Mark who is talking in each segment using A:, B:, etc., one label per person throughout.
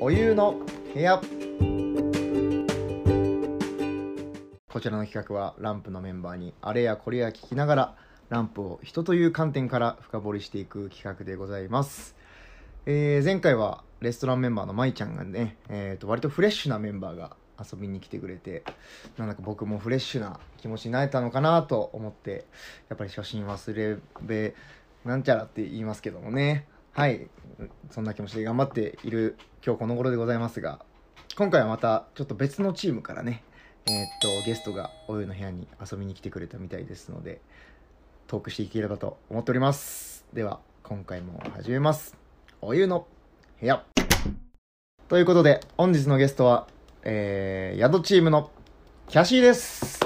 A: お湯の部屋こちらの企画はランプのメンバーにあれやこれや聞きながらランプを人という観点から深掘りしていく企画でございます、えー前回はレストランメンバーのまいちゃんがね、えーと割とフレッシュなメンバーが遊びに来てくれてなんだか僕もフレッシュな気持ちになれたのかなと思ってやっぱり初心忘れべなんちゃらって言いますけどもねはいそんな気持ちで頑張っている今日この頃でございますが今回はまたちょっと別のチームからねえーっとゲストがお湯の部屋に遊びに来てくれたみたいですのでトークしていければと思っておりますでは今回も始めますお湯の部屋ということで本日のゲストはえー、宿チームのキャシーです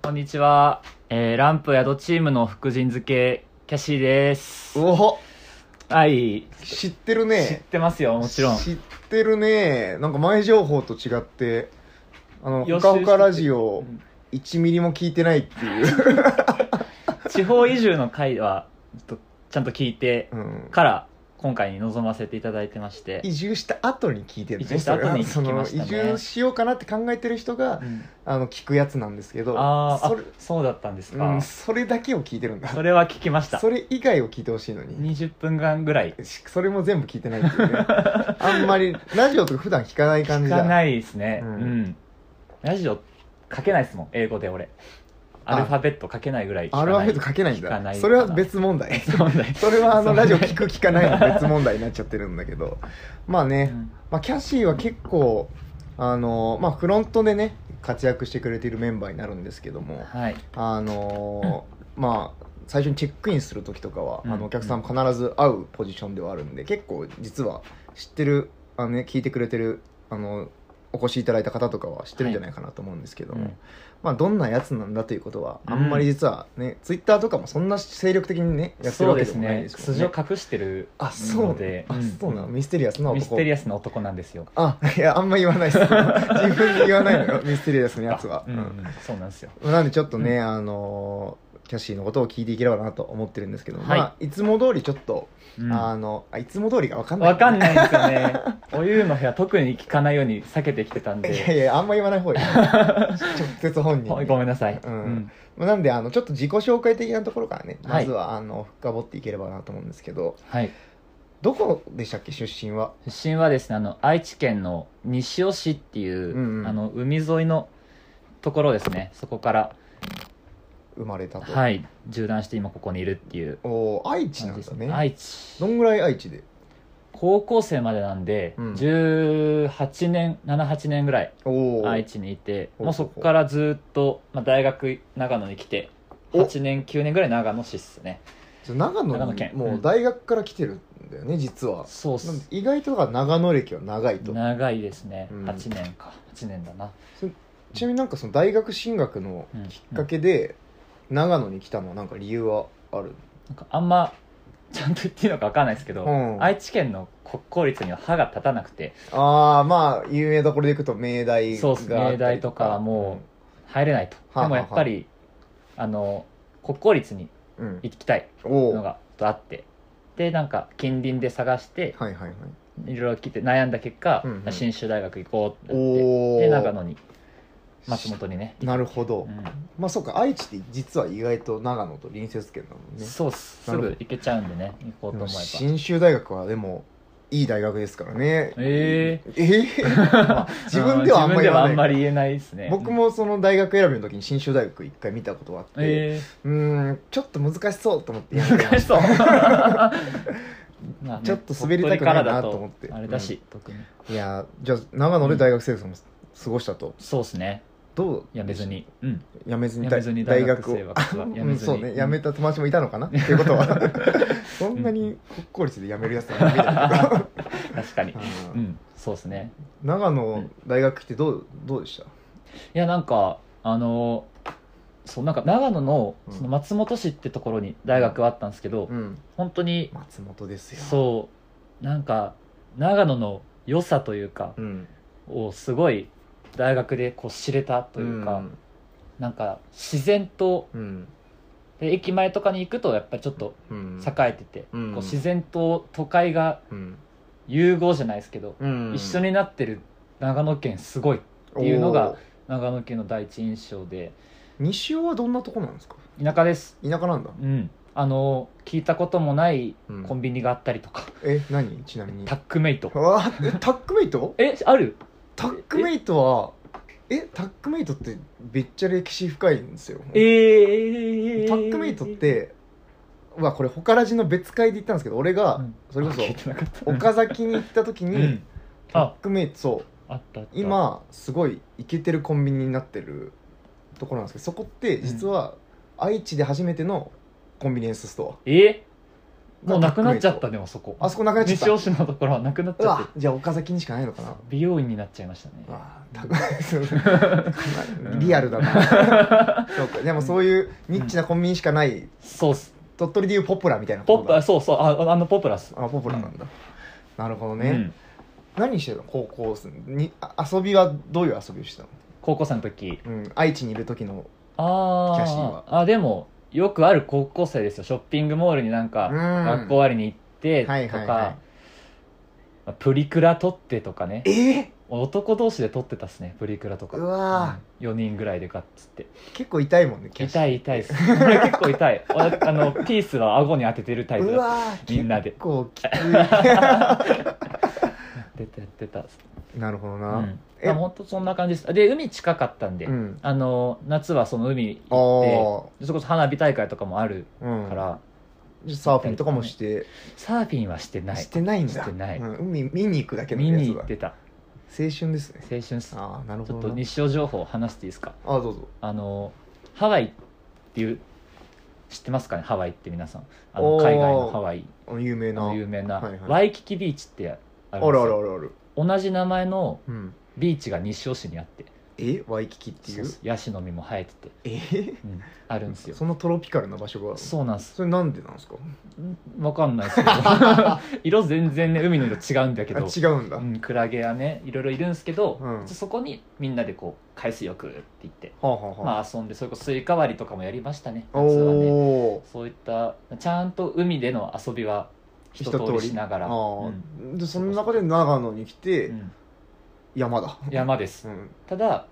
B: こんにちは、えー、ランプ宿チームの福神漬けキャシーです
A: おお
B: はい
A: 知ってる
B: 知っ
A: ね
B: てますよもちろん
A: 知ってるねなんか前情報と違ってあのほ
B: 予習
A: か
B: し
A: ほ
B: てて
A: かラジオ
B: うん
A: 1ミリも聞いてないっていう、
B: 地方移住の会はちょっとちゃんと聞いて
A: うん、
B: から今回に臨ませていただいてまして、
A: 移住した後に聞いてるね
B: 移住した後に
A: それは
B: 聞きましたね
A: その移住しようかなって考えてる人が
B: うん
A: あの聞くやつなんですけど
B: あーあ
A: そ
B: そ
A: れ
B: うだったんですか、
A: うん、それだけを聞いてるんだ
B: それは聞きました
A: それ以外を聞いてほしいのに
B: 20分間ぐらい
A: しそれも全部聞いてないっていうねあんまりラジオとか普段聞かない感じ
B: 聞
A: だ
B: かないですね
A: う
B: うんん、ラジオ書けないですもん英語で俺
A: あ
B: アルファベット書けないぐらい聞
A: ア
B: か
A: ルファ
B: ない
A: ベット書けないん
B: 聞かな
A: だ
B: い
A: それは別問題
B: そうだよ
A: それはあの
B: そう
A: ラジオ聞く聞かないの別問題になっちゃってるんだけどまあ ね、
B: うん
A: まあ、キャシーは結構あのまあフロントでね活躍してくれているメンバーになるんですけども
B: はい
A: あのーまあ最初にチェックインする時とかは、
B: うん
A: あのお客さん必ず会うポジションではあるんで結構実は知ってるあの、ね、聞いてくれてるあのお越しいただいた方とかは知ってるんじゃないかなと思うんですけども、
B: うん
A: まあ、どんなやつなんだということはあんまり実はね、ツイッターとかもそんな精力的にねやってる
B: そう
A: わけ
B: で
A: ですもない
B: ね
A: ですもん
B: 筋
A: ね
B: を。隠してる
A: あそう
B: ので
A: あ
B: うん
A: そうなのミステリアスな男
B: ミステリアスな男なんですよ
A: あいやあんま言わないです 自分で言わない のよミステリアスなやつは、
B: うん
A: う
B: うんんそうなんですよ
A: なんでちょっとね、あのーキャシーのことを聞いていければなと思ってるんですけど、
B: はい
A: まあいつも通りちょっと、
B: うん
A: あのあいつも通りが分かんない
B: わかんないんですよねお湯の部屋特に聞かないように避けてきてたん
A: いやい
B: で
A: やあんま言わない方 がいい直接本人
B: ほ
A: に
B: ごめんなさい
A: うん
B: うん
A: まあなんであのちょっと自己紹介的なところからね
B: は
A: ま
B: い
A: ずは、あの深掘っていければなと思うんですけど
B: はい
A: どこでしたっけ出身は
B: 出身はですねあの愛知県の西尾市っていう、
A: うんうん
B: あの海沿いのところですねそこから
A: 生まれたと、、
B: はいい縦断して今ここにいるっていう
A: おー愛知
B: 感
A: な
B: じ
A: ん
B: で
A: だ
B: す
A: ね
B: ね愛知
A: どんぐらい愛知で
B: 高校生までなんで、
A: うん
B: 18年78年ぐらい
A: おお
B: 愛知にいて
A: ほう
B: もうそこからずっと、まあ、大学長野に来て
A: お
B: 8年9年ぐらい長野市っすね
A: 長
B: 長
A: 野
B: 野
A: に
B: 県
A: もううん大学から来てるんだよね実は
B: そうっす
A: 意外とだから長野歴は長いと
B: 長いですね、
A: うん
B: 8年か8年だな
A: ちなみになんかその大学進学の
B: うん
A: きっかけで長野に来たのはなんか理由はある
B: なんかあんまちゃんと言っていいのか分かんないですけど、
A: うん
B: 愛知県の国公立には歯が立たなくて
A: ああまあ有名どころでいくと明大
B: そうっす
A: があったり
B: 明大とかはも入れないと、
A: はあはあ
B: でもやっぱりあの国公立に
A: うん、うん
B: 行きたい
A: おお
B: の
A: は
B: があってでなんか近隣で探して
A: いはいはい
B: いろいろ聞いて悩んだ結果、
A: うんうん
B: 信州大学行こうってなって
A: おお
B: で長野に松本にね、
A: なるほど、
B: うん
A: まあそうか愛知って実は意外と長野と隣接県だもんね
B: そうっす
A: な
B: す
A: るほど
B: ぐ行けちゃうんでね行こう
A: で
B: と
A: も
B: 思えば
A: 信州大学はでもいい大学ですからね
B: え
A: えー まあ自分ではあんまり言わ
B: 自分ではあん
A: な
B: ま
A: い
B: り言えないですね
A: 僕もその大学選びの時に信州大学一回見たことがあって、
B: え
A: うーんちょっと難しそうと思って
B: え 難しそうまあね
A: ちょっと滑りたくないなと思って
B: 鳥取からだとあれだし、特に
A: いやじゃあ長野で大学生活も過ごしたと、
B: そうっすね
A: どう
B: やめずにうん
A: やめずに
B: やめずに大学
A: を
B: 生活はや
A: う
B: め
A: ん、
B: ずに
A: そうねやめた友達もいたのかな、っていうこと はそんなに国公立でやめるやつは見ないけど
B: 確かに
A: う
B: うんんそうっすね
A: 長野大学来てどうどうでした
B: いやなんかあのそうなんか長野の
A: うん
B: その松本市ってところに大学はあったんですけど、
A: うん
B: 本当に
A: 松本ですよ
B: そうなんか長野の良さというか
A: う、ん
B: をすごい大学でこう知れたというか、なんか自然と
A: うん
B: で駅前とかに行くとやっぱりちょっと
A: うん
B: 栄えてて、
A: うん
B: こう自然と都会が
A: うん
B: 融合じゃないですけど、
A: うん
B: 一緒になってる長野県すごい
A: って
B: いうのが長野県の第一印象で
A: 西尾はどんなとこなんですか
B: 田舎です
A: 田舎なんだ
B: うんあの聞いたこともない
A: うん
B: コンビニがあったりとか、
A: え何ちなみに
B: タックメイト
A: わあえタックメイト
B: えある
A: タックメイトはえタックメイトってめっちゃ歴史深いんですよ
B: えー、
A: タックメイトってまあこれホカラジの別会で行ったんですけど俺
B: う
A: が
B: ん
A: それこ
B: 聞い
A: そ
B: てなかった
A: 岡崎に行った時
B: う
A: に
B: ん
A: タッ
B: あ
A: クメイトそう
B: あったあった
A: 今すごいイケてるコンビニになってるところなんですけどそこって実は愛知で初めてのコンビニエンススト
B: え
A: ア
B: もうなくなっちゃった
A: ね
B: でもそこ
A: あそこなくなっちゃった
B: 西尾市のところはなくなっち
A: う
B: ゃっ
A: わ
B: て
A: じゃあ岡崎にしかないのかな
B: 美容院になっちゃいましたね
A: ああーリアルだなそうかでもそういうニッチなコンビニしかない
B: そうっす
A: 鳥取でいうポプラみたいな
B: ポップ
A: ラ
B: あそうそうああのポプラス
A: あポプラなんだなるほど
B: う
A: ね
B: ん
A: 何してたの高校生にあ遊びはどういう遊びをしてたの
B: 高校生の時
A: うん愛知にいる時のキャシー
B: あ
A: は
B: ーあでもよくある高校生ですよショッピングモールになんか
A: うん
B: 学校終わりに行ってとか、
A: はいはいはい
B: まあプリクラ撮ってとかね
A: ええ
B: 男同士で撮ってたっすねプリクラとか
A: うわ
B: うん、4人ぐらいでガッつって
A: 結構痛いもんねキャシー
B: 痛い痛いっすこれ結構痛いわあのピースは顎に当ててるタイプ
A: う
B: だっ
A: わー
B: みんなで
A: 結構 きつい
B: たやってたやってたっす
A: なるほど
B: う
A: な、
B: ん
A: え
B: まあほんとそんな感じですで海近かったんで、
A: うん
B: あの夏はその海
A: あ
B: 行
A: ー
B: ってでそれこそ花火大会とかもある
A: うん
B: から、
A: じゃあサーフィンとかもして
B: サーフィンはしてない
A: してないんだ
B: してない
A: うん、海見に行くだけの
B: 見
A: やつ
B: に行
A: だ
B: ってた
A: 青春ですね
B: 青春っすち
A: ああなるほ
B: ょっ
A: ど
B: と
A: な
B: 日照情報を話していいですか
A: ああどうぞ
B: あのハワイっていう知ってますかねハワイって皆さんあの
A: おー
B: 海外のハワイ
A: あの有名
B: あ
A: なあ
B: の
A: る
B: 有名な
A: はいはい
B: ワイキキビーチってあ
A: あ
B: るんで
A: る
B: す
A: あ
B: よ
A: るある、
B: 同じ名前の
A: うん、
B: ビーチが西尾市にあって
A: えワイキキってい
B: そう
A: う
B: そうヤシの実も生えてて、
A: え
B: うんあるんですよ
A: そんなトロピカルな場所があるの
B: そうなんです
A: それなんでなんですか
B: わかんな いですけど色全然ね海の色違うんだけ
A: あ
B: ど
A: 違うんだ、
B: うん、クラゲはねいろいろいるんですけど、
A: うん
B: そこにみんなでこう海水浴って言って、
A: はあはあはあ、
B: まあ遊んでそれこそスイカ割りとかもやりましたね夏はね
A: おお
B: そういったちゃんと海での遊びは一通りしながら、
A: あ
B: う
A: ー
B: ん
A: でその中で長野に来て、
B: うん
A: 山だ
B: 山です
A: うん
B: ただ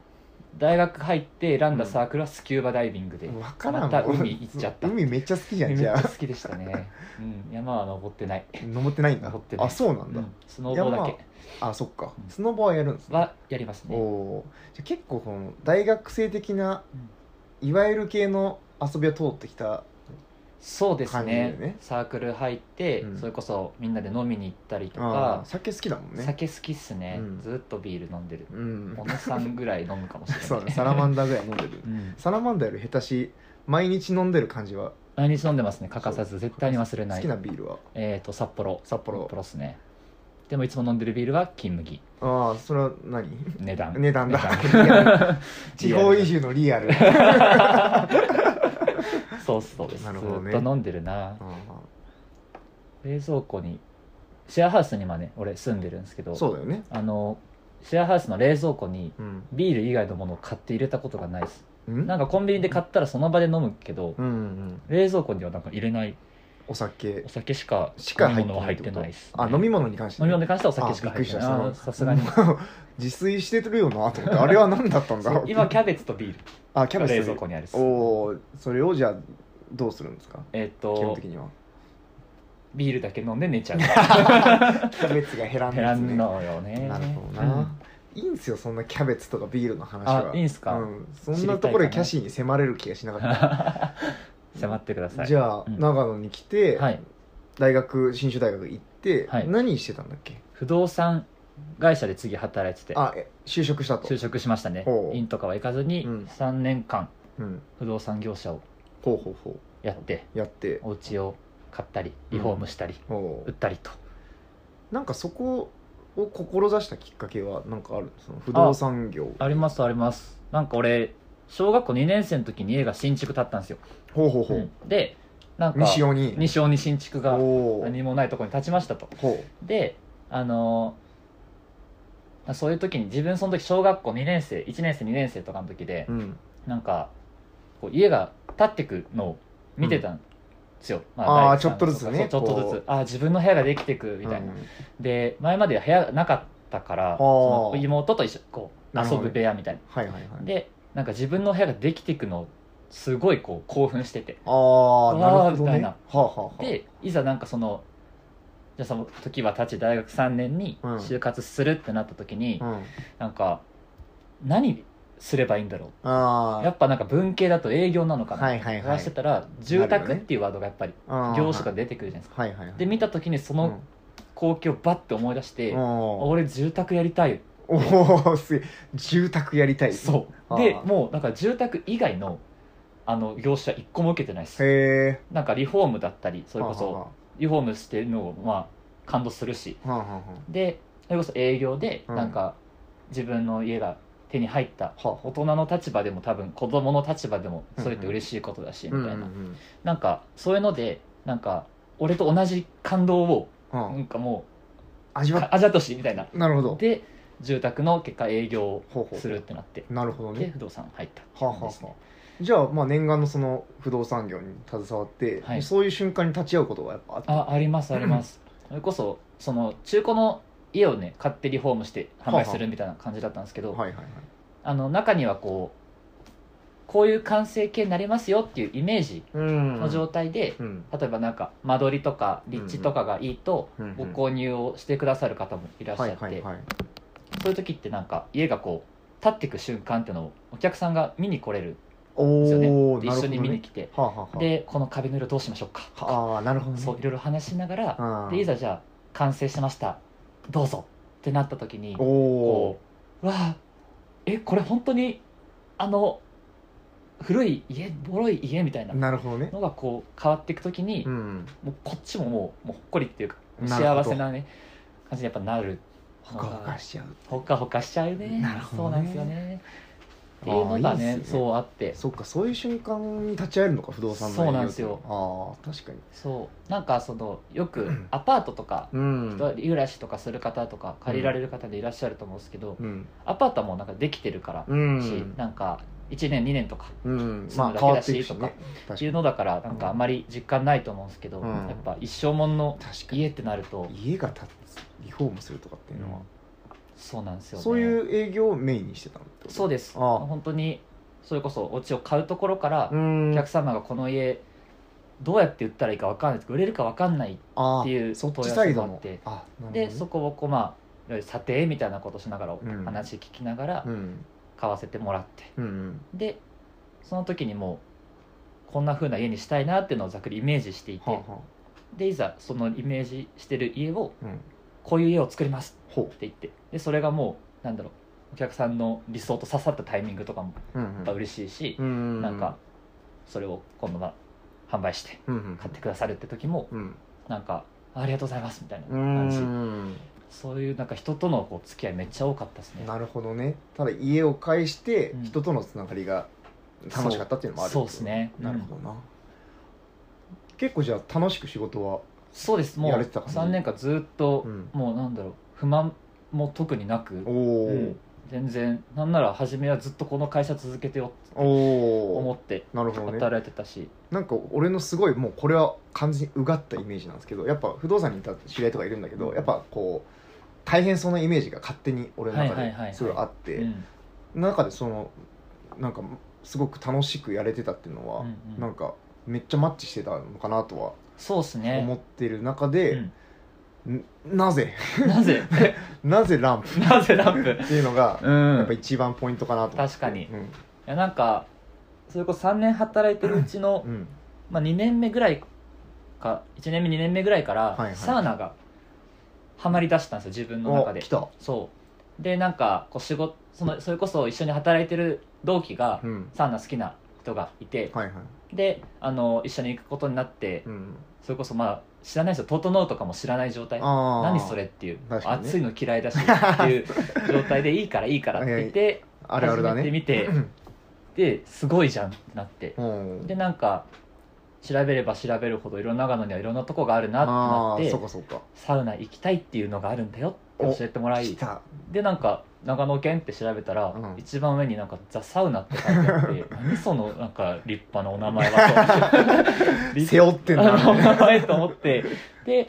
B: 大学入って選んだサークルはスキューバダイビングで、
A: 分からん
B: また海行っちゃった
A: 海めっちゃ好きじゃ
B: め
A: ん
B: っ
A: じ
B: ち
A: ゃ
B: ゃ
A: あ
B: 好きでしたね、うん、山は登ってない、
A: 登ってないんだ
B: 登ってない
A: あそうなん
B: う
A: だ、
B: んスノーボーだけ
A: あそっか
B: うん
A: スノボはやるんですね
B: はやります
A: お
B: ね
A: おーじゃあ結構この大学生的な、いわゆる系の遊びを通ってきた
B: そうです
A: 感
B: ね
A: じでね
B: サークル入って、
A: うん
B: それこそみんなで飲みに行ったりと
A: あ
B: か
A: ー、酒好きだもんね
B: 酒好きっすね、
A: うん
B: ずっとビール飲んでる
A: うん
B: 小野さんぐらい飲むかもしれな い
A: そうねサラマ
B: ン、
A: ンダーぐらい飲んで る
B: うん、
A: サラマンダーより下手し毎日飲んでる感じは
B: 毎日飲んでますね欠かさず絶対に忘れな
A: 好
B: い
A: きなビールは
B: えっ、と札幌
A: 札幌
B: っすねでもいつも飲んでるビールは金麦
A: ああそれは 何
B: 値段
A: 値段だ
B: 値段
A: 地方移住のリアル
B: そうそうです、
A: なる
B: ず
A: ほどね
B: っと飲んでるな
A: あ
B: 冷蔵庫にシェアハウスに今ね俺住んでるんですけ
A: ー
B: ど
A: そうだよね
B: あのシェアハウスの冷蔵庫に
A: うん
B: ビール以外のものを買って入れたことがないです
A: うん
B: なんかコンビニで買ったらその場で飲むけど
A: うんうん
B: 冷蔵庫にはなんか入れない
A: お酒
B: お酒しか
A: しか
B: 飲み
A: 入って
B: 物は
A: ない
B: 入
A: っ
B: って
A: こ
B: て
A: と
B: ないです、
A: あ飲み物に関して
B: 飲み物に関してはお酒しか
A: あびっ
B: 入
A: くり
B: って
A: し
B: ない
A: た
B: あーさすがに
A: 自炊してるよなと思ってあれは何だったんだ
B: そう今キャベツとビール
A: あキャ
B: が
A: ベツ
B: 冷蔵庫にあるっす
A: おおーそれをじゃあどうするんですか
B: えっ
A: 基本
B: と
A: 的には
B: ビールだけ飲んで 寝ちゃう
A: キャベツが減らん
B: 減
A: で
B: ら
A: すね
B: んのよね
A: なるほど
B: う、
A: なんいいんすよそんなキャベツとかビールの話は
B: あいいんすか
A: うん、そんなところで
B: 知りたいかな
A: キャシーに迫れる気がしなかっ
B: 迫ってくださ
A: た
B: い
A: じゃあ、
B: うん
A: 長野に来て、
B: はい
A: 大学信州大学行って、
B: はい
A: 何してたんだっけ
B: 不動産会社で次働いてて
A: あえ就職したと
B: 就職しましたね
A: ほう
B: 院とかは行かずに
A: うん
B: 3年間
A: うん、
B: 不動産業者を
A: ほうほうほ
B: やって
A: うやって
B: お家を買ったりリフォームしたり
A: お
B: 売ったりと
A: なんかそこを志したきっかけはなんかあるその不動産業
B: ありますありますなんか俺小学校2年生の時に家が新築建ったんですよ、
A: ほうほうほう、
B: うんでなんか
A: 西尾に
B: 西尾に新築が
A: おお
B: 何もないところに建ちましたと
A: ほ
B: であのまあそういう時に自分その時小学校2年生1年生2年生とかの時で
A: う、うん、
B: なんかこう家が建ってくのを見てたんすよ、ま
A: あー
B: 大工さんとか
A: ちょっとずつね
B: そうちょっとず
A: こ
B: つあー自分の部屋ができてくみたいな、
A: うん
B: で前まで部屋なかったから
A: ー
B: その妹と一緒にこう
A: なるほ
B: 遊
A: ど
B: ぶ部屋みたいな
A: はいはいはい
B: でなんか自分の部屋ができていくのをすごいこう興奮してて
A: ああなるほど
B: わーみた
A: ね
B: いな
A: はあ、はあはあ、
B: でいざなんかそのじゃあその時は立ち大学3年に
A: うん
B: 就活するってなった時に、
A: うん、
B: なんか何すればいいんだろ
A: あ
B: う
A: あ
B: やっぱなんか文系だと営業なのかな
A: はいはいは
B: 探
A: い
B: してたら住宅っていうワードがやっぱり
A: うん
B: 業種が出てくるじゃないですか
A: はいはいはい
B: で見た時にその光景をバッて思い出して、
A: うん
B: あ
A: おー
B: 俺住宅やりたい
A: おーすげえ住宅やりたい
B: そう
A: あー
B: でもうなんか住宅以外のあの業種は一個も受けてないです
A: へえ
B: なんかリフォームだったりそれこそリフォームしてるのをまあ感動するし
A: はあはあは
B: でそれこそ営業で
A: うん
B: なんか自分の家が手に入った
A: あはあ
B: 大人の立場でも多分子供の立場でもそれって嬉しいことだしみたいな、
A: うん
B: なんかそういうのでなんか俺と同じ感動を
A: うんうん
B: な
A: うん
B: んかも
A: 味
B: う
A: わっ
B: か味わってほしいみたいな
A: なるほど
B: で住宅の結果営業を
A: ほうほう
B: するってなって
A: なるほど
B: で
A: ね
B: 不動産入ったって
A: はあは
B: 感
A: あは
B: じですね
A: あじゃあまあ念願のその不動産業に携わって、
B: はい
A: そういう瞬間に立ち会うことがやっぱあった
B: あありますありますそれこそその中古の家をね買ってリフォームして販売するみたいな感じだったんですけど、
A: はいはいはい
B: あの中にはこうこういう完成形になりますよっていうイメージ
A: うん
B: の状態で、
A: うん
B: 例えばなんか間取りとか立地とかがいいと
A: うんうん
B: ご購入をしてくださる方もいらっしゃ
A: は
B: っ
A: い
B: て、
A: はいはい
B: そういう時ってなんか家がこう立っていく瞬間っていうのをお客さんが見に来れるん
A: お
B: ですよね
A: お、
B: で
A: なるほ
B: 一緒
A: ど
B: に見に
A: ね
B: 来て、
A: はあはあはあ
B: でこの壁の色どうしましょうかとか、
A: ああなるほどね
B: そういろいろ話しながら、
A: うん
B: でいざじゃあ完成しましたどうぞってなった時に
A: お
B: こ
A: お
B: ううわあえこれ本当にあの古い家ボロい家みたいな
A: なるほどね
B: のがこう変わっていく時に、
A: うん
B: もうこっちももうもうほっこりっていうか
A: なるほど
B: 幸せなね感じにやっぱなる
A: ほかほかしちゃう
B: ほかほかしちゃうね
A: なるほどね
B: そうなんですよねっていうの
A: あ
B: が
A: ーいい
B: ね
A: っすね
B: そうあって
A: そっかそういう瞬間に立ち会えるのか不動産の
B: そうなんですよ
A: ああ確かに
B: そうなんかそのよくアパートとか
A: うん
B: 一人暮らしとかする方とか借りられる方でいらっしゃると思うんですけど、
A: うん
B: アパートはもうなんかできてるから
A: う
B: し、
A: ん
B: なんか1年2年とか
A: うん
B: 住
A: ま
B: む
A: あ
B: だ
A: 変
B: け
A: わ
B: だ
A: っ
B: して
A: いくし
B: とか
A: ね
B: っ
A: 確
B: て
A: か
B: いう
A: に
B: のだからなんかあまり実感ないと思うんですけど、
A: うん
B: やっぱ一生もんの
A: 確かに
B: 家ってなると
A: 家が建つリフォームするとかっていうのは
B: そうなんですよね
A: そういう営業をメインにしてたのってこと
B: そうです
A: ああ
B: 本当にそれこそお家を買うところから
A: う
B: お
A: ん
B: 客様がこの家どうやって売ったらいいか分かんない売れるか分かんない
A: あ
B: っていう
A: そっちサイド
B: 問い合わせもあ
A: の
B: って
A: あなるほどね
B: でそこをこうまあいわゆる査定みたいなことしながらお
A: うん
B: 話聞きながら
A: うん
B: 買わせてもらって、
A: うんうん
B: でその時にもうこんな風な家にしたいなっていうのをざっくりイメージしていて、
A: はあは
B: でいざそのイメージしてる家を
A: あうん
B: こういう家を作ります
A: ほ
B: って言ってでそれがもうなんだろうお客さんの理想と刺さったタイミングとかも
A: うう
B: や
A: ん
B: っぱ嬉しいし、
A: うん
B: なんかそれを今度は販売して
A: うんうん
B: 買ってくださるって時も
A: うん
B: なんかありがとうございますみたいな
A: う
B: 感じ
A: ん
B: そういうなんか人とのこう付き合いめっちゃ多かったですね
A: なるほどねただ家を介して
B: うん
A: 人とのつながりが楽しかったっていうのもある
B: そうですね
A: なるほどな、結構じゃあ楽しく仕事は
B: そうですもう
A: やれてた感じ
B: 3年間ずっと、
A: うん
B: もうなんだろう不満も特になく
A: お、お
B: う
A: ー
B: ん全然なんなら初めはずっとこの会社続けてよって
A: お
B: 思
A: お
B: って
A: なるほどね
B: 働いてたし、
A: なんか俺のすごいもうこれは完全にうがったイメージなんですけどやっぱ不動産にいた知り合いとかいるんだけど、
B: うん
A: やっぱこう大変そうなイメージが勝手に俺の中
B: はいはいはいは
A: で
B: い
A: すごいあって、
B: うん
A: 中でそのなんかすごく楽しくやれてたっていうのは、
B: うんうん
A: なんかめっちゃマッチしてたのかなとは
B: そうです
A: 思
B: ね、
A: ってる中で、んなぜ
B: うんなぜ
A: なぜランプ
B: なぜランプ
A: っていうのが、
B: うん
A: やっぱ一番ポイントかなと思って
B: 確かにい
A: うん
B: やなんかそれこそ3年働いてるうちの、
A: うん
B: まあ、2年目ぐらいか1年目2年目ぐらいから、
A: はいはい
B: サウナがはまりだしたんですよ自分の中
A: お
B: で
A: 来た
B: そうでなんかこう仕事そのそれこそ一緒に働いてる同期が
A: うん
B: サウナ好きな人がいて、
A: はいはい
B: であの一緒に行くことになって、
A: うん
B: それこそまあ知らない人「整う」とかも知らない状態
A: あー
B: 何それっていう、
A: 確かにね
B: 暑いの嫌いだしっていう状態でいいからいいからって言って
A: あるあるだ
B: 始
A: ね
B: めてみてですごいじゃんってなって
A: うん
B: でなんか調べれば調べるほどいろんな長野にはいろんなとこがあるな
A: あ
B: っ
A: あ
B: てな
A: そう
B: っ
A: か
B: て
A: そうか
B: サウナ行きたいっていうのがあるんだよって教えてもら
A: 来
B: い
A: た
B: でなんか長野県って調べたら、
A: うん
B: 一番上になんか「ザ・サウナ」って書いてあって 何そのなんか立派なお名前はと 立
A: 背負ってん
B: あ のお名
A: だ
B: 前と思ってで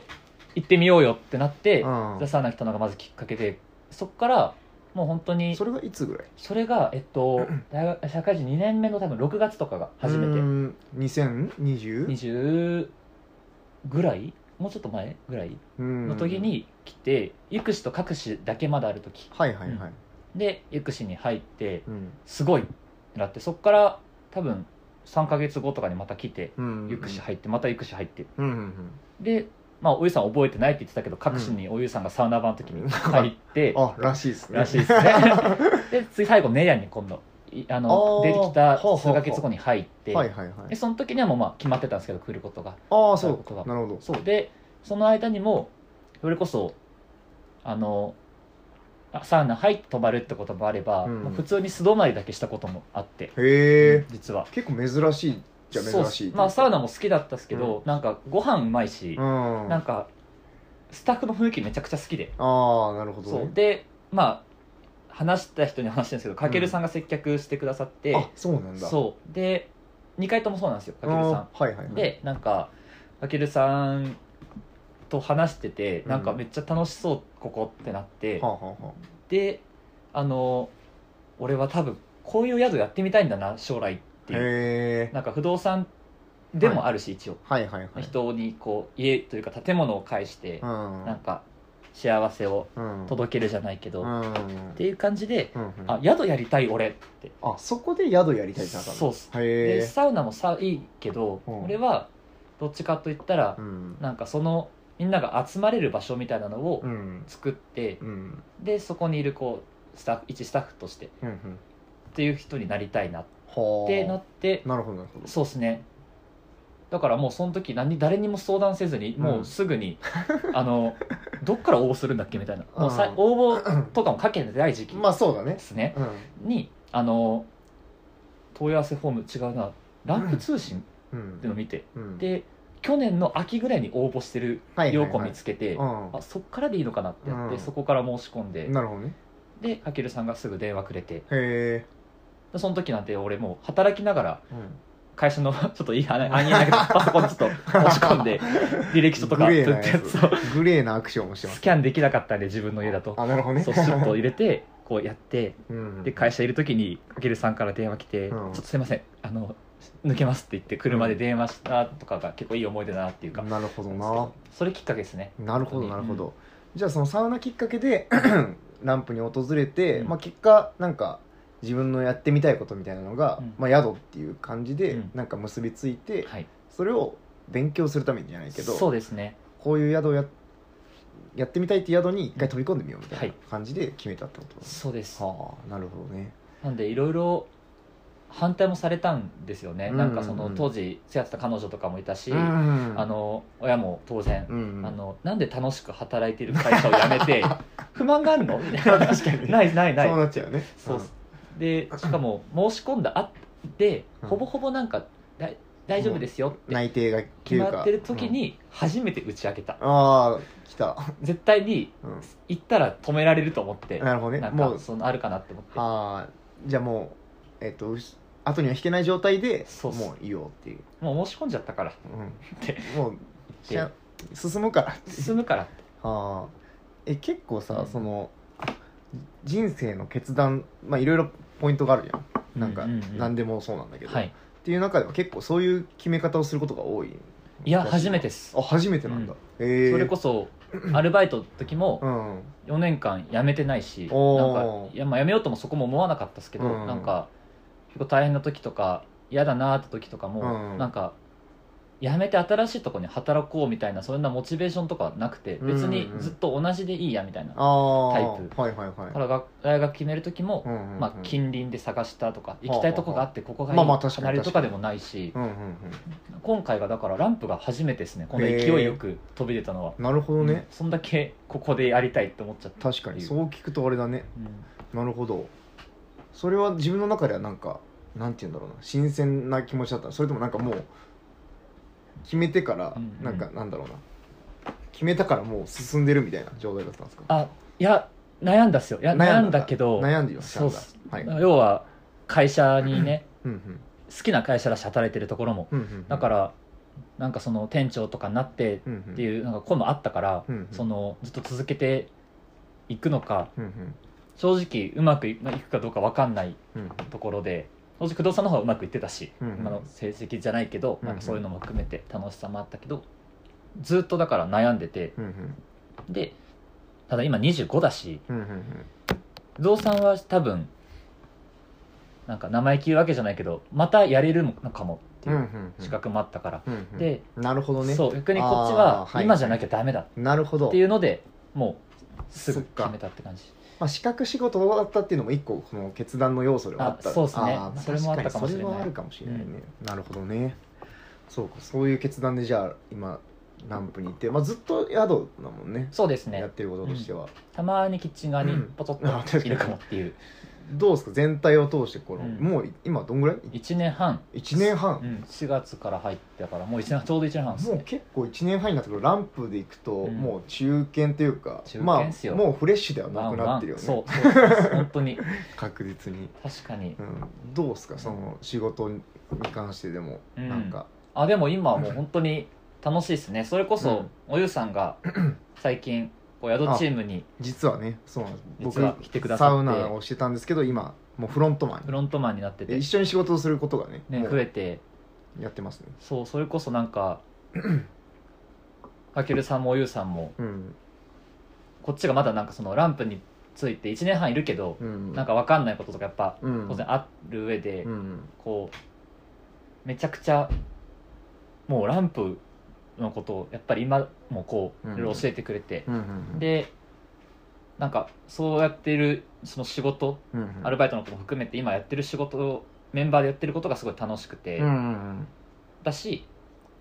B: 行ってみようよってなって、
A: うん
B: ザ・サウナ来たのがまずきっかけでそっからもう本当に
A: それがいつぐらい
B: それがえっと大学社会人2年目の多分6月とかが初めて
A: めて 2020?
B: 20ぐらいもうちょっと前ぐらいの
A: の
B: 時に来てゆくしと各市だけまだある時
A: はいはいはい、
B: でゆくしに入って
A: うん
B: すごいってなってそっから多分3ヶ月後とかにまた来て
A: うん
B: ゆくし入ってまたゆくし入って
A: うんうん
B: でまあおゆさん覚えてないって言ってたけど各市におゆさんがサウナ版の時に入っ て
A: うん、あらしいですね
B: らしいです ねで次最後ネヤに今度いあの
A: あー
B: 出てきた
A: ほうほうほ
B: 数
A: う
B: ヶ月後に入って
A: はいはいは
B: で
A: い
B: その時にはもうまあ決まってたんですけど来ることが
A: ああ
B: そうい
A: そう
B: ことだ
A: うなるほど
B: そうでその間にもそれこそあのあサウナ入って泊まるってこともあれば、
A: うん
B: まあ普通に素泊まりだけしたこともあって、
A: へえ
B: 実は
A: 結構珍しいじゃ珍しい
B: そうまあサウナも好きだったっすけど、なんかご飯うまいし、
A: うん
B: なんかスタッフの雰囲気めちゃくちゃ好きで、
A: ああなるほど
B: そう
A: ね
B: でまあ話した人に話してるんですけどかけるさんが接客してくださって、
A: あそうなんだ
B: そうで2回ともそうなんですよか
A: あ
B: けるさん
A: ーはいはいはい
B: でなんかあきるさんと話してて
A: うん
B: なんかめっちゃ楽しそうここってなって、
A: はあ、はあは
B: であの俺は多分こういう宿やってみたいんだな将来って
A: あ、
B: いう
A: へえ
B: なんか不動産でもあるし、一応
A: はいはいはい
B: 人にこう家というか建物を介して
A: う、ん
B: なんか幸せを
A: うん
B: 届けるじゃないけど、
A: う
B: っ
A: ん
B: ていう感じで、
A: うんうん
B: あ宿やりたい俺って
A: あそこで宿やりたいってなったんだ
B: そうっす
A: へ
B: で
A: え
B: サウナもさいいけど、
A: うん
B: 俺はどっちかといったら
A: う、ん
B: なんかそのみんなが集まれる場所みたいなのを
A: うん
B: 作って、
A: うん
B: でそこにいるこうスタッフ一スタッフとしてっ
A: うんうん
B: ていう人になりたいなっ
A: はあ
B: てなって
A: なるほどなるほど
B: そうですねだからもうその時何誰にも相談せずにもうす ぐに、あのどっから応募するんだっけみたいな、もうさ
A: うん
B: 応募とかもかけてない時期
A: まあそうだ
B: で
A: ね
B: すね、
A: うん
B: にあの問い合わせフォーム違うなランプ通信っ
A: うん
B: ていうのを見て、
A: うん
B: で去年の秋ぐらいに応募してる
A: はいはい
B: 両
A: はい
B: 子見つけて、
A: うん
B: あそっからでいいのかなってやって、
A: うん
B: そこから申し込んで
A: なるほどね
B: でかけるさんがすぐ電話くれて
A: へえ
B: でその時なんて俺もう働きながら
A: うん
B: 会社のちょっといい話あんやだけどパソコンちょっと持ち込んで履歴書とか
A: グ
B: ず
A: レー
B: っと
A: な
B: や
A: やつ
B: つを
A: グレーなアクションをしてます
B: スキャンできなかったんで自分の家だと
A: あなるほどね
B: そうシュッと入れてこうやって
A: うん
B: で会社いる時にかけるさんから電話来て「ち
A: う
B: ょ
A: ん
B: っとすいませんあの抜けます」って言って車で電話したとかが結構いい思い出だなっていうか
A: なるほどな
B: それきっかけですね
A: なるほ
B: う
A: ど
B: ん
A: なるほど、じゃあそのサウナきっかけで ランプに訪れて、
B: うん
A: まあ、結果なんか自分のやってみたいことみたいなのが、
B: うん
A: まあ、宿っていう感じで
B: うん
A: なんか結びついて、
B: はい
A: それを勉強するためにじゃないけど
B: そうですね
A: こういう宿をややってみたいって宿に一回飛び込んでみようみたいな
B: は
A: 感じで決めたってことです、
B: そうです
A: はあなるほどね
B: なんでいろいろ反対もされたんですよね、
A: うん
B: なんかその当時付き合ってた彼女とかもいたし、
A: うん
B: あの親も当然、
A: うんうん
B: あのなんで楽しく働いてる会社を辞め て不満があるのみたいな
A: 確かに
B: ないないない
A: そうなっちゃうよね
B: そうっすでしかも申し込んだあって
A: うん
B: ほぼほぼなんかだい大丈夫ですよっ
A: うん
B: て
A: 内定が
B: 決
A: うか
B: まってる時、に初めて打ち明けた、
A: うんああ来た、
B: 絶対に
A: う
B: 行ったら止められると思って
A: ん、なるほどね
B: なん
A: も
B: か
A: う
B: そのあるかなって思って
A: ああじゃあもうえっ、とうし後には引けない状態で
B: そうっす
A: もういいよっていう、
B: もう申し込んじゃったからで
A: うん、もうしゃ進む からって
B: 進むから
A: ああえ結構さ、
B: うん
A: その人生の決断まあいろいろポイントがあるじゃんなんか、
B: うんうんうん
A: 何でもそうなんだけど、
B: はい
A: っていう中では結構そういう決め方をすることが多い
B: いや初めてです
A: あ初めてなんだ、ええ
B: それこそアルバイトの時も
A: うん
B: 4年間辞めてないし、
A: おー
B: なんかいや、まあ、辞めようともそこも思わなかったですけど、
A: うん
B: なんか結構大変な時とか嫌だなーって時とかも、
A: うん
B: なんか辞めて新しいとこに働こうみたいなそんなモチベーションとかなくて別にずっと同じでいいやみたいな、
A: ああは
B: タイ
A: い
B: プ
A: はいはい
B: だからが大学決める時も、
A: うんうんうん
B: まあ、近隣で探したとか行きたいとこがあってここがいい
A: まあまあ確かに
B: 離れるとかでもないし
A: うんうんうん
B: 今回がだからランプが初めてですねこの勢いよく飛び出たのは。
A: なるほど
B: うん
A: ね、
B: そんだけここでやりたいって思っちゃった、
A: 確かにそう聞くとあれだね
B: うん
A: なるほどそれは自分の中ではなんかなんて言うんだろうな新鮮な気持ちだったのそれともなんかもう決めてから
B: うんうん
A: なんかなんだろうな決めたからもう進んでるみたいな状態だったんですか
B: あいや悩んだっすよいや
A: 悩
B: 悩
A: んだ
B: んだけど
A: 悩んでいました
B: そうっす
A: はい
B: 要は会社にね
A: うんうん
B: 好きな会社だし働いてるところも
A: うんうん
B: だからなんかその店長とかになって
A: うん
B: っ
A: って
B: いうなんか今度あったから、
A: うんうん
B: そのずっと続けていくのか
A: うんうん
B: 正直うまくいいくかどうか分かんない
A: うん
B: ところで正直不動産の方はうまくいってたし、
A: うんうん
B: 今の成績じゃないけど、
A: うんうん
B: なんかそういうのも含めて楽しさもあったけどずっとだから悩んでて
A: うんうん
B: でただ今25だし
A: うんうんうん
B: 不動産は多分なんか生意気言うわけじゃないけどまたやれるのかもって
A: うん
B: いううん資格もあったから、
A: うんうん
B: で
A: なるほどね
B: そう逆にこっち
A: あ
B: は
A: ーはい
B: 今じゃなきゃダメだ
A: なるほど
B: っていうのでもうす
A: そ
B: ぐ
A: っか
B: 決めたって感じ
A: まあ、資格仕事だったっていうのも一個この決断の要素ではあった
B: あそうっすね
A: あーま
B: それもあったかもし
A: 確に
B: れない
A: それはあるかもしれないね、なるほどねそうかそういう決断でじゃあ今ランプに行って、まあ、ずっと宿だもんね
B: そうです
A: やっ
B: ね
A: てることとしては、
B: たまにキッチン側に
A: うん
B: ポト
A: あ確か
B: ッ
A: に
B: といるかもっていう
A: どうですか全体を通してこの、
B: うん
A: もう今どんぐらい
B: 1年半
A: 1年半、
B: うん、4月から入ってからもう一年ちょうど1年半です
A: もう
B: ね
A: 結構1年半になったけどランプでいくと、
B: うん
A: もう中堅というか
B: 中
A: ま
B: 堅っす
A: あ
B: よ
A: もうフレッシュでは
B: ワ
A: なく
B: ン
A: な
B: ワ
A: っ
B: ン
A: てるよね
B: そうそうです本当に
A: 確実に、
B: 確かに
A: うん、どうですかその仕事に関してでも、
B: うん
A: なんか
B: あでも今はもう本当に楽しいですねそれこそ、おゆさん が最近こう宿チームに
A: 実はねそうなんです
B: 実は来てくださっ
A: サ
B: て
A: ウナをしてたんですけど今もうフロントマン
B: フロントマンになって
A: で
B: て
A: 一、緒に仕事をすることがね
B: ね、
A: もう
B: 増えて
A: やってますね
B: そうそれこそなん かかけるさんもおゆさんも
A: うん、
B: こっちがまだなんかそのランプについて1年半いるけど、
A: うん、
B: なんか分かんないこととかやっぱ
A: うん
B: 当然ある上で、
A: うん
B: こうめちゃくちゃもうランプのことをやっぱり今もこう
A: うん
B: いろいろ教えてくれて、
A: うんうん
B: でなんかそうやってるその仕事、
A: うんうん
B: アルバイトのことも含めて今やってる仕事をメンバーでやってることがすごい楽しくて、
A: うんうん
B: だし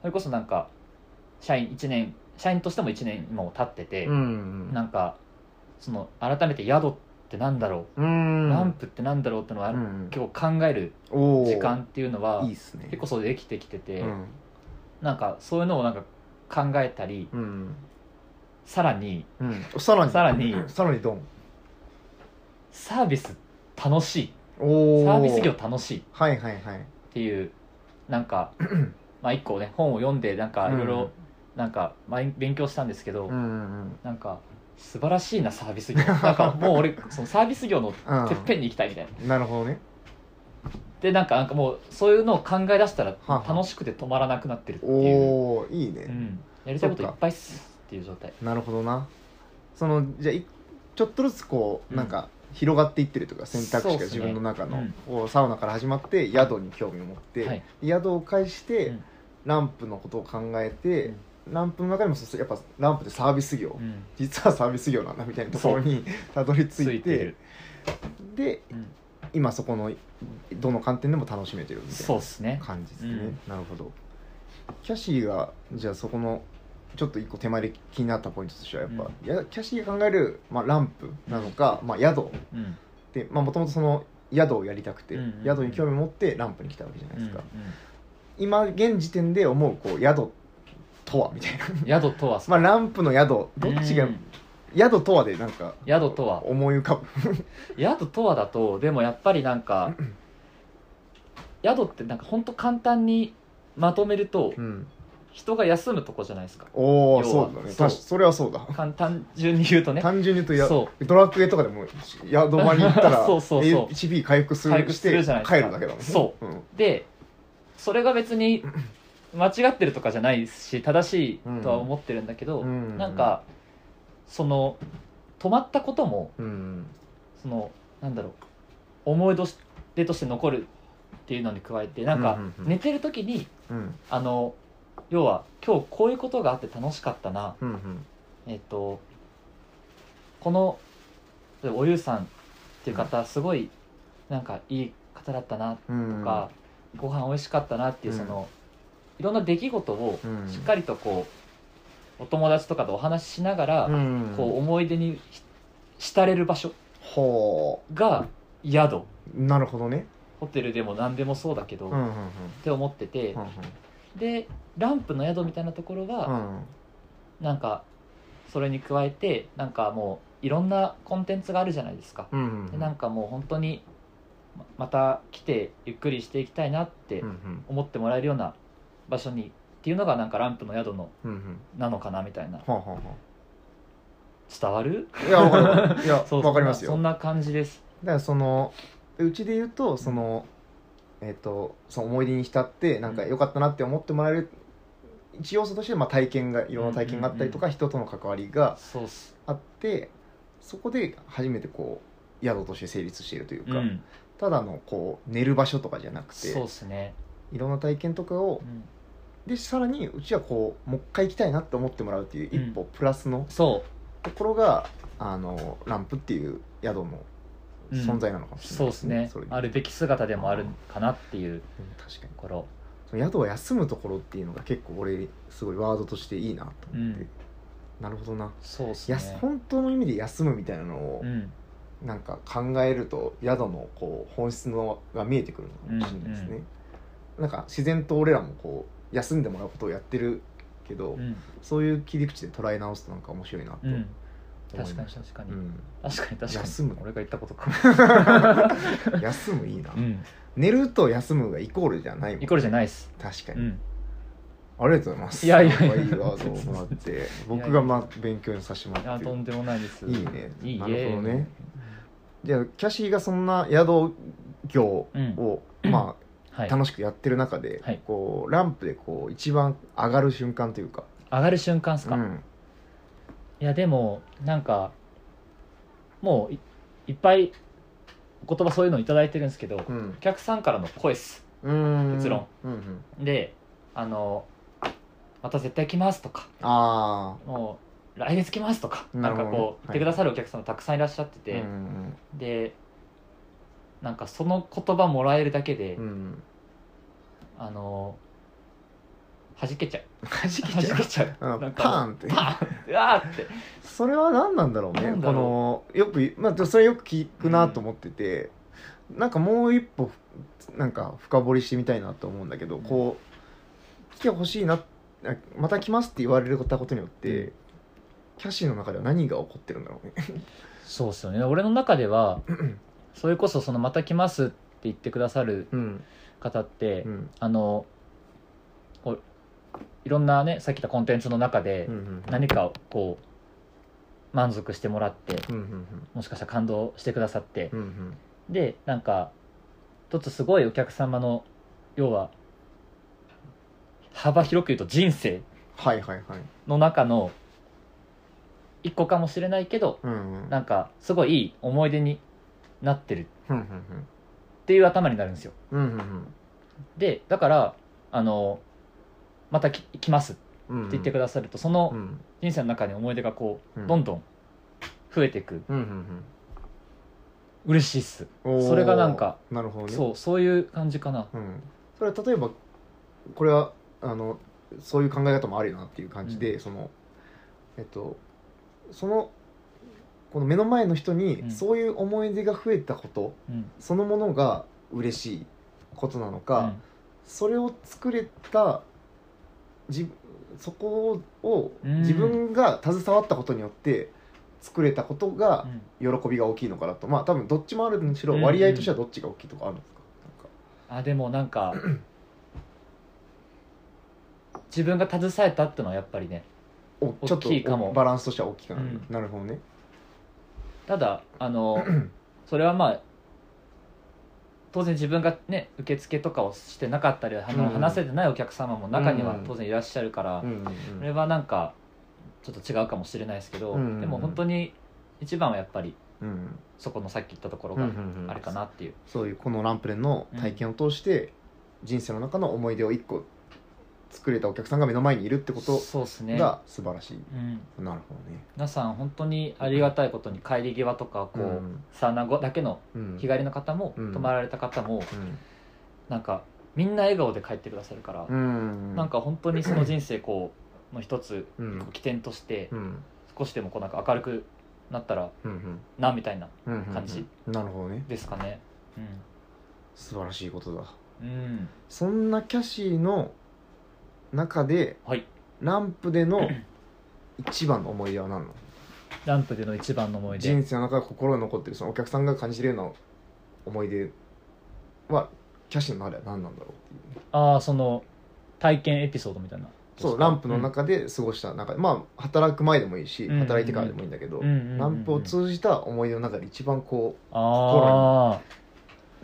B: それこそなんか社員1年社員としても1年もう経ってて、
A: うんうん
B: なんかその改めて宿ってなんだろ
A: うん
B: う、ランプってなんだろうってのは、
A: うん
B: 結構考える
A: おー
B: 時間っていうのはい
A: いっすね
B: 結構そうできてきてて、
A: うん
B: なんかそういうのをなんか考えたり
A: うん
B: さらに
A: うんさらに
B: さらに
A: さらにドン
B: サービス楽しい
A: おー
B: サービス業楽しいっ
A: はいはいはい
B: ていうなん かまあ一個ね本を読んでなんかいろいろなんかまあ勉強したんですけど、
A: うんうん
B: なんか素晴らしいなサービス業な んかもう俺そのサービス業の
A: うん
B: てっぺんに行きたいみたいな、
A: うんなるほどね
B: でなんかなんかもうそういうのを考え出したら
A: はは
B: 楽しくて止まらなくなってるっていう、
A: おおいいね、
B: うん、やりたいこといっぱいっすっていう状態
A: なるほどなそのじゃあいちょっとずつこう、
B: うん
A: なんか広がっていってるというか選択肢
B: そうっ
A: が
B: す
A: 自
B: ね
A: 分の中の、こうサウナから始まって宿に興味を持って、
B: はい
A: 宿を介して、
B: うん
A: ランプのことを考えて、ランプの中でもそうやっぱランプってサービス業、
B: うん
A: 実はサービス業なんだみたいなところにたどり着いて
B: る、
A: で
B: うん、
A: 今そこのどの観点でも楽しめてるみたいな
B: そうっすね
A: 感じですね、
B: うん
A: なるほどキャシーがじゃあそこのちょっと一個手前で気になったポイントとしてはやっぱ、やキャシーが考える、まあ、ランプなのか、まあ、宿
B: うん
A: でもともとその宿をやりたくて、
B: うんうんうん
A: 宿に興味を持ってランプに来たわけじゃないですか、
B: うんうん
A: 今現時点で思うこう宿とはみたい な
B: 宿とは
A: まあランプの宿どっちが、
B: うん
A: 宿とはでなんか
B: 宿とは
A: 思い浮かぶ
B: 宿とはだとでもやっぱりなんか宿ってなんか本当簡単にまとめると
A: うん
B: 人が休むとこじゃないですか
A: おお
B: 要
A: そ
B: は
A: うだね
B: そう
A: 確かそれはそうだ
B: 簡単純に言うとね
A: 単純に言うとや
B: そ
A: ドラクエとかでも宿場に行ったら
B: そうそうそう
A: HP 回復する
B: 回復するじゃない
A: し
B: です
A: て
B: か
A: 帰るだけだもんね、
B: そう
A: ん、
B: うでそれが別に間違ってるとかじゃないし正しいとは思ってるんだけど、
A: うん
B: なんかその泊まったことも
A: うん
B: そのなんだろう思い出として残るっていうのに加えてなん
A: う
B: か
A: んうんうん
B: 寝てる時に
A: うん
B: あの要は今日こういうことがあって楽しかったな
A: うんうん
B: えっ、とこの例えばおゆうさんっていう方すごいなんかいい方だったな
A: うん
B: とか、ご飯美味しかったなっていう
A: うん
B: その、いろんな出来事を
A: うん
B: しっかりとこうお友達とかとお話ししながら、
A: うん
B: こう思い出にひ浸れる場所
A: ほ
B: が宿
A: うなるほどね
B: ホテルでも何でもそうだけど、
A: うん
B: っ
A: うんうん
B: て思ってて
A: う、ん
B: でランプの宿みたいなところ
A: う
B: は、
A: ん
B: なんかそれに加えてなんかもういろんなコンテンツがあるじゃないですか、
A: うん
B: でなんかもう本当にままた来てゆっくりしていきたいなって
A: うんうん
B: 思ってもらえるような場所にっていうのがなんかランプの宿の
A: うんうん
B: なのかなみたいな
A: はあはあ
B: 伝わる
A: はあいやわかるわかるいや
B: そう
A: わかりますよ
B: そんな感じです
A: だからそのうちで言うとその、えっ、とその思い出に浸ってなんか良かったなって思ってもらえる一要素としてまあ体験がいろんな体験があったりとか、人との関わりが
B: そうっす
A: あってそこで初めてこう宿として成立しているという
B: う
A: か、
B: ん
A: ただのこう寝る場所とかじゃなくて
B: そうっすね、
A: いろんな体験とかを
B: うん
A: でさらにうちはこうもう一回行きたいなって思ってもらうっていう一歩プラスの
B: そ
A: ところが、あのランプっていう宿の
B: う、うん
A: 存在なのかもしれな
B: そ
A: いう
B: ですね
A: それに
B: あるべき姿でもあるかなっていう
A: うん確かに
B: ところ
A: その宿は休むところっていうのが結構俺すごいワードとしていいなと思って、
B: うん
A: なるほどな、
B: そうっす
A: や
B: ね
A: す本当の意味で休むみたいなのを
B: うん
A: なんか考えると宿のこう本質のが見えてくるのかもしれないですね、
B: うんう
A: なんか自然と俺らもこう休んでもらうことをやってるけど、
B: うん
A: そういう切り口で捉え直すとなんか面白いなと
B: う
A: 思い
B: ん
A: ま
B: 確
A: し
B: か
A: た
B: に確かに、
A: うん
B: 確かに確かに
A: 休む
B: 俺が言ったことか
A: 休むいいな、
B: うん
A: 寝ると休むがイコールじゃないもん
B: イコールじゃないっす
A: 確か
B: う
A: に、
B: ん
A: ありがとうございます
B: いやいやいや
A: なんかいいワードをもら って僕がまあ勉強にさせても
B: い
A: ら
B: や
A: って
B: と
A: る
B: んでもないです
A: いいね
B: いい
A: なるほどね
B: うん
A: じゃあキャシーがそんな宿業を、ま
B: は
A: あ
B: い、
A: 楽しくやってる中で、
B: はい
A: こうランプでこう一番上がる瞬間というか、
B: 上がる瞬間っす
A: う
B: か、い
A: ん、
B: やでもなんかもういいっぱいお言葉そういうのいただいてるんですけど、
A: う
B: お
A: ん
B: 客さんからの声っす
A: うん
B: 結論
A: うんうん、
B: であのまた絶対来ますとか
A: あ
B: もう来月来ますとか
A: な
B: な
A: る
B: ん
A: ほど
B: か
A: ね
B: こう言ってくださるお客様たくさんいらっしゃって
A: あ
B: て、
A: うん
B: でなんかその言葉もらえるだけで、
A: うんうん、
B: あの弾けちゃう
A: はじけ
B: 弾
A: ちゃう
B: けちゃう
A: うん
B: なん
A: パ
B: か
A: ーンって
B: パン うわーって
A: それは何なんだろうね
B: なんだ
A: このよく、まあ、それよく聞くなと思ってて、なんかもう一歩なんか深掘りしてみたいなと思うんだけど、
B: ん
A: こう来てほしいなあまた来ますって言われたことによって、
B: う
A: キャシーの中では何が起こってるんだろうね。
B: そうっすよね俺の中では それこそその「また来ます」って言ってくださる
A: うん
B: 方って、
A: うん
B: あのこういろんなねさっき言ったコンテンツの中で
A: うんうん
B: 何かをこう満足してもらって
A: うんうん
B: もしかしたら感動してくださって
A: うんうん
B: でなんか一つすごいお客様の要は幅広く言うと人生
A: はいはいはい。
B: の中の一個かもしれないけど
A: うんうん
B: なんかすごいいい思い出になってる
A: うんうん
B: っていう頭になるんですよ
A: うんうんうん
B: でだからあのまたき来ますって
A: うんうん
B: 言ってくださると、そうの
A: ん
B: 人生の中に思い出がこう、
A: うん
B: どんどん増えていく
A: うんうん
B: 嬉しいっす、
A: うんおー
B: それがなんか
A: なるほどね
B: そうそういう感じかな
A: うん、それは例えばこれはあのそういう考え方もあるよなっていう感じで、そのえっとそのこの目の前の人
B: う
A: に
B: ん
A: そういう思い出が増えたこと、
B: うん
A: そのものが嬉しいことなのか、
B: うん
A: それを作れた自そこを
B: うん
A: 自分が携わったことによって作れたことが
B: うん
A: 喜びが大きいのかなとまあ多分どっちもあるにしろ
B: うん
A: 割合としてはどっちが大きいとかあるんですか,、
B: あでもな んか自分が携えたってのはやっぱりね
A: おちょっと
B: 大きいかも
A: バランスとしては大きくなる、
B: うん
A: なるほどね
B: ただ あのそれはまあ当然自分がね受付とかをしてなかったり、あの
A: うん
B: 話せてないお客様も中には
A: うん
B: 当然いらっしゃるから、
A: うんうん
B: それはなんかちょっと違うかもしれないですけど、
A: うん
B: でも本当に一番はやっぱり
A: うん
B: そこのさっき言ったところ
A: うんう
B: が
A: んうん
B: あれかなっていう、
A: そういうこのランプレンの体験を通して人生の中の思い出を一個作れたお客さんが目の前にいるってこと
B: そうですね、
A: が素晴らしい、
B: うん、
A: なるほどね
B: 皆さん本当にありがたいことに帰り際とかこう、
A: うん
B: サウナ後だけの
A: うん
B: 日帰りの方も、
A: うん
B: 泊まられた方も
A: うん
B: なんかみんな笑顔で帰ってくださるから、
A: うん
B: なんか本当にその人生こうの一つ
A: うん
B: こう起点として
A: うん
B: 少しでもこうなんか明るくなったら
A: うんうん
B: なみたいな
A: うんうん
B: 感じ
A: なるほどね
B: ですかね
A: 素晴らしいことだ
B: うん、うん、
A: そんなキャシーの中で
B: はい
A: ランプでの一番の思い出は何なの
B: ランプでの一番の思い出
A: 人生の中で心に残ってるそのお客さんが感じるような思い出はキャッシュの中では何なんだろうっていう
B: ああその体験エピソードみたいな
A: そうランプの中で過ごした中で、まあ働く前でもいいし
B: うん
A: 働いてからでもいいんだけど、
B: うんうんうんうん
A: ランプを通じた思い出の中で一番こう
B: ああ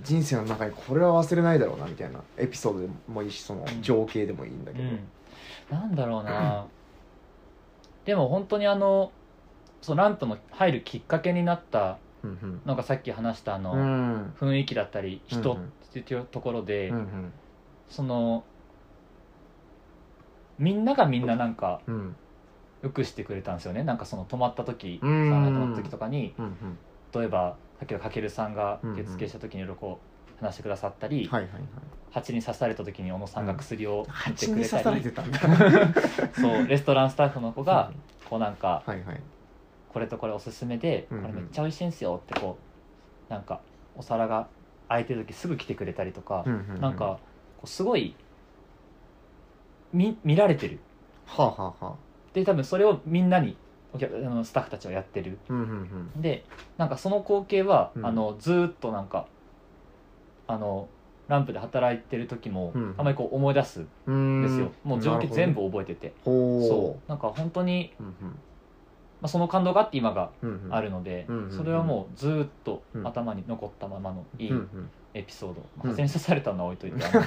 A: 人生の中にこれは忘れないだろうなみたいなエピソードでもいいしその情景でもいいんだけ
B: う
A: ど、
B: んなんだろうなでも本当にあのそうランプの入るきっかけになった
A: うんうん
B: のがさっき話したあの、
A: うん
B: 雰囲気だったり人
A: うんうん
B: っていうところで、
A: うんうん
B: そのみんながみんななんか
A: うん
B: よくしてくれたんですよねなんかその泊まった時
A: う
B: サ
A: ん
B: ウナ泊まった時とかに
A: うんうん
B: 例えばさっきのかけるさんが
A: うんうん
B: 受付した時にいろいろこう話してくださったり、
A: はいはいはい
B: 蜂に刺された時に小野さんが薬を打っ
A: 蜂
B: てく
A: に
B: れ
A: 刺
B: た
A: され
B: り、
A: てたんだ
B: そうレストランスタッフの子がこうなんか
A: はいはい
B: これとこれおすすめで、
A: うんうん
B: これめっちゃ美味しいんすよってこうなんかお皿が空いてる時すぐ来てくれたりとか、
A: うんうんうん
B: なんかこうすごい見見られてる
A: はあはあはあ
B: で多分それをみんなにお客あのスタッフたちはやってる
A: うんうんうん
B: でなんかその光景は、
A: うん
B: あのずーっとなんかあのランプで働いてる時も、
A: うん
B: あまりこう思い出すん
A: う
B: ですよ、もう情景全部覚えてて、そ
A: ほ
B: うなんか本当に、
A: う、うん
B: まあ、その感動があって今が
A: うんうん
B: あるので、
A: うんうんうん
B: それはもうずーっと
A: うん
B: 頭に残ったままのいい
A: うんうん
B: エピソード、ま
A: う
B: あ
A: ん
B: 発に刺されたのは置 いといて、あの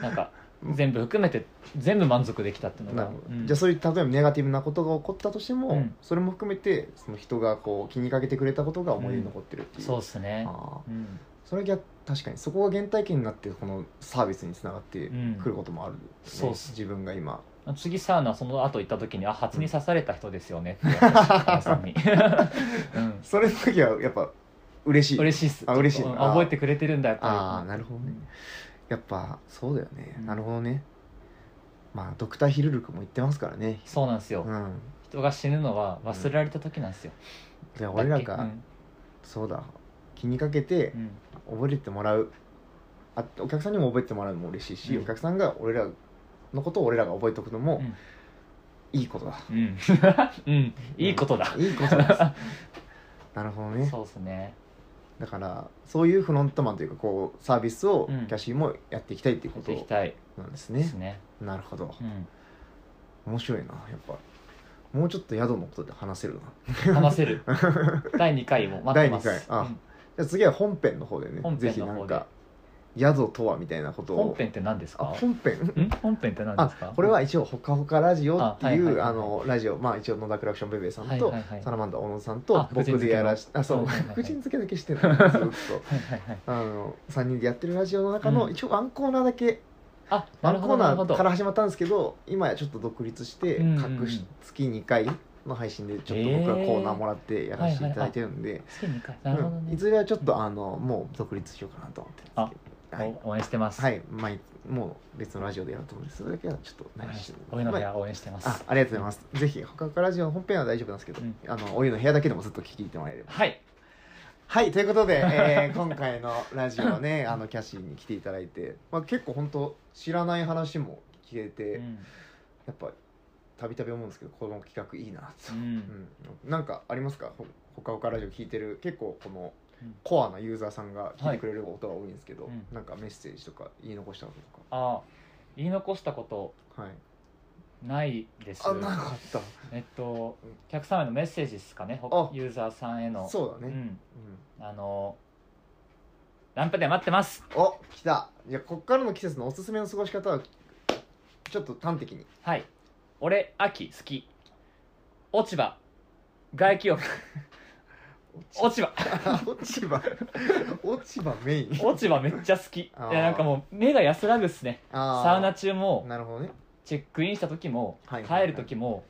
B: なんか全部含めて全部満足できたっていうの
A: な
B: が
A: るほど
B: うん
A: じゃあそういう例えばネガティブなことが起こったとしても、
B: うん
A: それも含めてその人がこう気にかけてくれたことが思い出に残ってるっていう、
B: そうですね
A: ああ
B: うん
A: それは逆確かにそこが原体験になってこのサービスにつながって
B: うん
A: くることもあるよね、
B: そうっす
A: 自分が今
B: 次サウナその後行った時に「あ初に刺された人で すよね」って言われました皆さんに、うん
A: それの時はやっぱ嬉しい
B: 嬉しいっす
A: あ嬉しい
B: うん
A: あー
B: 覚えてくれてるんだやっぱり
A: ああなるほどねやっぱそうだよね、
B: うん
A: なるほどねまあドクターヒルルクも言ってますからね
B: そうなんですよ、
A: うん
B: 人が死ぬのは忘れられた時なんですよ、
A: じゃあ
B: だっ
A: 俺
B: け
A: らが、
B: うん
A: そうだ気にかけて
B: うん
A: 覚えてもらうあお客さんにも覚えてもらうのも嬉しいし、
B: うん
A: お客さんが俺らのことを俺らが覚えておくのも
B: うん
A: いいことだ、
B: うん うんいいことだ、
A: いいことです なるほどね
B: そうですね
A: だからそういうフロントマンというかこうサービスをキ
B: うん
A: ャシーもやっていきたいっていう
B: や
A: こ
B: っ
A: と
B: ていきたい
A: なんです
B: で
A: ね
B: すね
A: なるほど
B: うん
A: 面白いなやっぱもうちょっと宿のことで話せるな
B: 話 せる第2回も待ってます
A: 第二回あ
B: うん
A: じゃあ次は本編の方でね
B: 本
A: ぜ
B: 編
A: ひ
B: の
A: なん
B: 方で
A: か宿とはみたいなことを
B: 本編って何です
A: あ
B: か
A: 本編
B: ん本編って何
A: あ
B: ですか
A: これは一応「ほかほかラジオ」ってい
B: あはいはいうはい
A: あのラジオまあ一応野田クラクションベイベーさんと
B: はいはいはい
A: サラマンダ小野さんと
B: あ福神
A: 僕で
B: 漬けの
A: やらしあそう
B: はいはいはい
A: 福神漬けだけしてるのずっと
B: はいはいはい
A: あの3人でやってるラジオの中の
B: うん
A: 一応ワンコーナーだけ
B: あ
A: ワ
B: なる
A: ン
B: ほ
A: コー
B: ど
A: ナ
B: なるほ
A: ー
B: ど
A: から始まったんですけど今やちょっと独立して
B: うんうんうん
A: 各し月2回の配信でちょっと僕はコーナーもらってやらせていただいてるんで
B: 月2回なるほど
A: うん
B: ね
A: い、ずれはちょっとあのもう独立しようかなと思ってるんですけどはい
B: お応援してます、
A: はい、毎もう別のラジオでやろうと思うんですそれだけはちょっと内緒して
B: お湯の部屋応援してます、
A: あありがとうございます。ぜひ、他からラジオの本編は大丈夫なんですけど、
B: うん
A: あの、お湯の部屋だけでもずっと聞いてもらえれば。
B: はい
A: はい、ということで、 えー今回のラジオね、 あの、キャシーに来ていただいて、まあ結構本当知らない話も聞けて、
B: うん
A: やっぱ、たびたび思うんですけど、この企画いいなと
B: う。
A: うんん。なんかありますかほ他からラジオ聞いてる、結構この
B: うん、
A: コアなユーザーさんが聞いてくれることが多いんですけど、
B: はいうん
A: なんかメッセージとか言い残したこと
B: あ言い残したこと
A: とか。はい。
B: ないです
A: あ、なかった。
B: えっと
A: うん
B: お客様へのメッセージですかね
A: あ
B: ほユーザーさんへの
A: そうだ
B: う
A: ね。
B: ん
A: うん
B: あのランプで待ってます
A: お来たじゃあこっからの季節のおすすめの過ごし方はちょっと端的 に
B: はい俺秋好き落ち葉外気浴落ち葉
A: 葉落ち葉落ち葉メイン
B: 落ち葉めっちゃ好きい
A: あ
B: や
A: ー
B: なんかもう目が安らぐっすね
A: あー
B: サウナ中も
A: なるほどね
B: チェックインした時も
A: はいはいはい
B: 帰る時も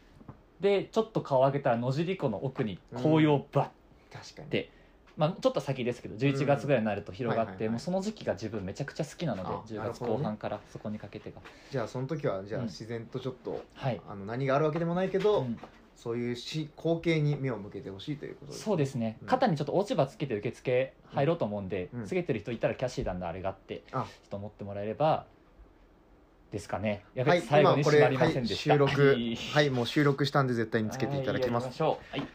B: でちょっと顔上げたら野尻湖の奥に紅葉ば、
A: 確かに
B: でまあ、ちょっと先ですけど11月ぐらいになると広がって、
A: はいはいはい
B: もうその時期が自分めちゃくちゃ好きなの
A: あ
B: で
A: な
B: 10
A: る
B: 月
A: ほどね
B: 後半からそこにかけてが、
A: じゃあその時はじゃあ
B: うん
A: 自然とちょっと、
B: はい、
A: あの何があるわけでもないけど、
B: うん
A: そういうし光景に目を向けてほしいということです
B: そうですね、
A: うん
B: 肩にちょっと落ち葉つけて受付入ろうと思うんで、
A: うん
B: つけてる人いたらキャシーなんだあれがあってちょ
A: あ
B: っと思ってもらえればですかね。やべ、
A: はい、
B: 最後
A: 今
B: に
A: こ
B: 締
A: れ、
B: まり
A: は
B: ません
A: い、
B: でした。、
A: 収録はい、もう収録したんで絶対につけていただきます。
B: はいやりしょうはい、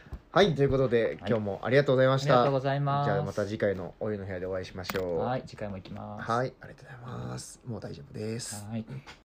A: はい、ということで、今日もありがとうございま
B: あ
A: し
B: りが
A: た。
B: とうございます。
A: じゃあまた次回のお湯の部屋でお会いしましょう。
B: はい、次回も行きます。
A: はい、ありがとうございます。もう大丈夫です。
B: はい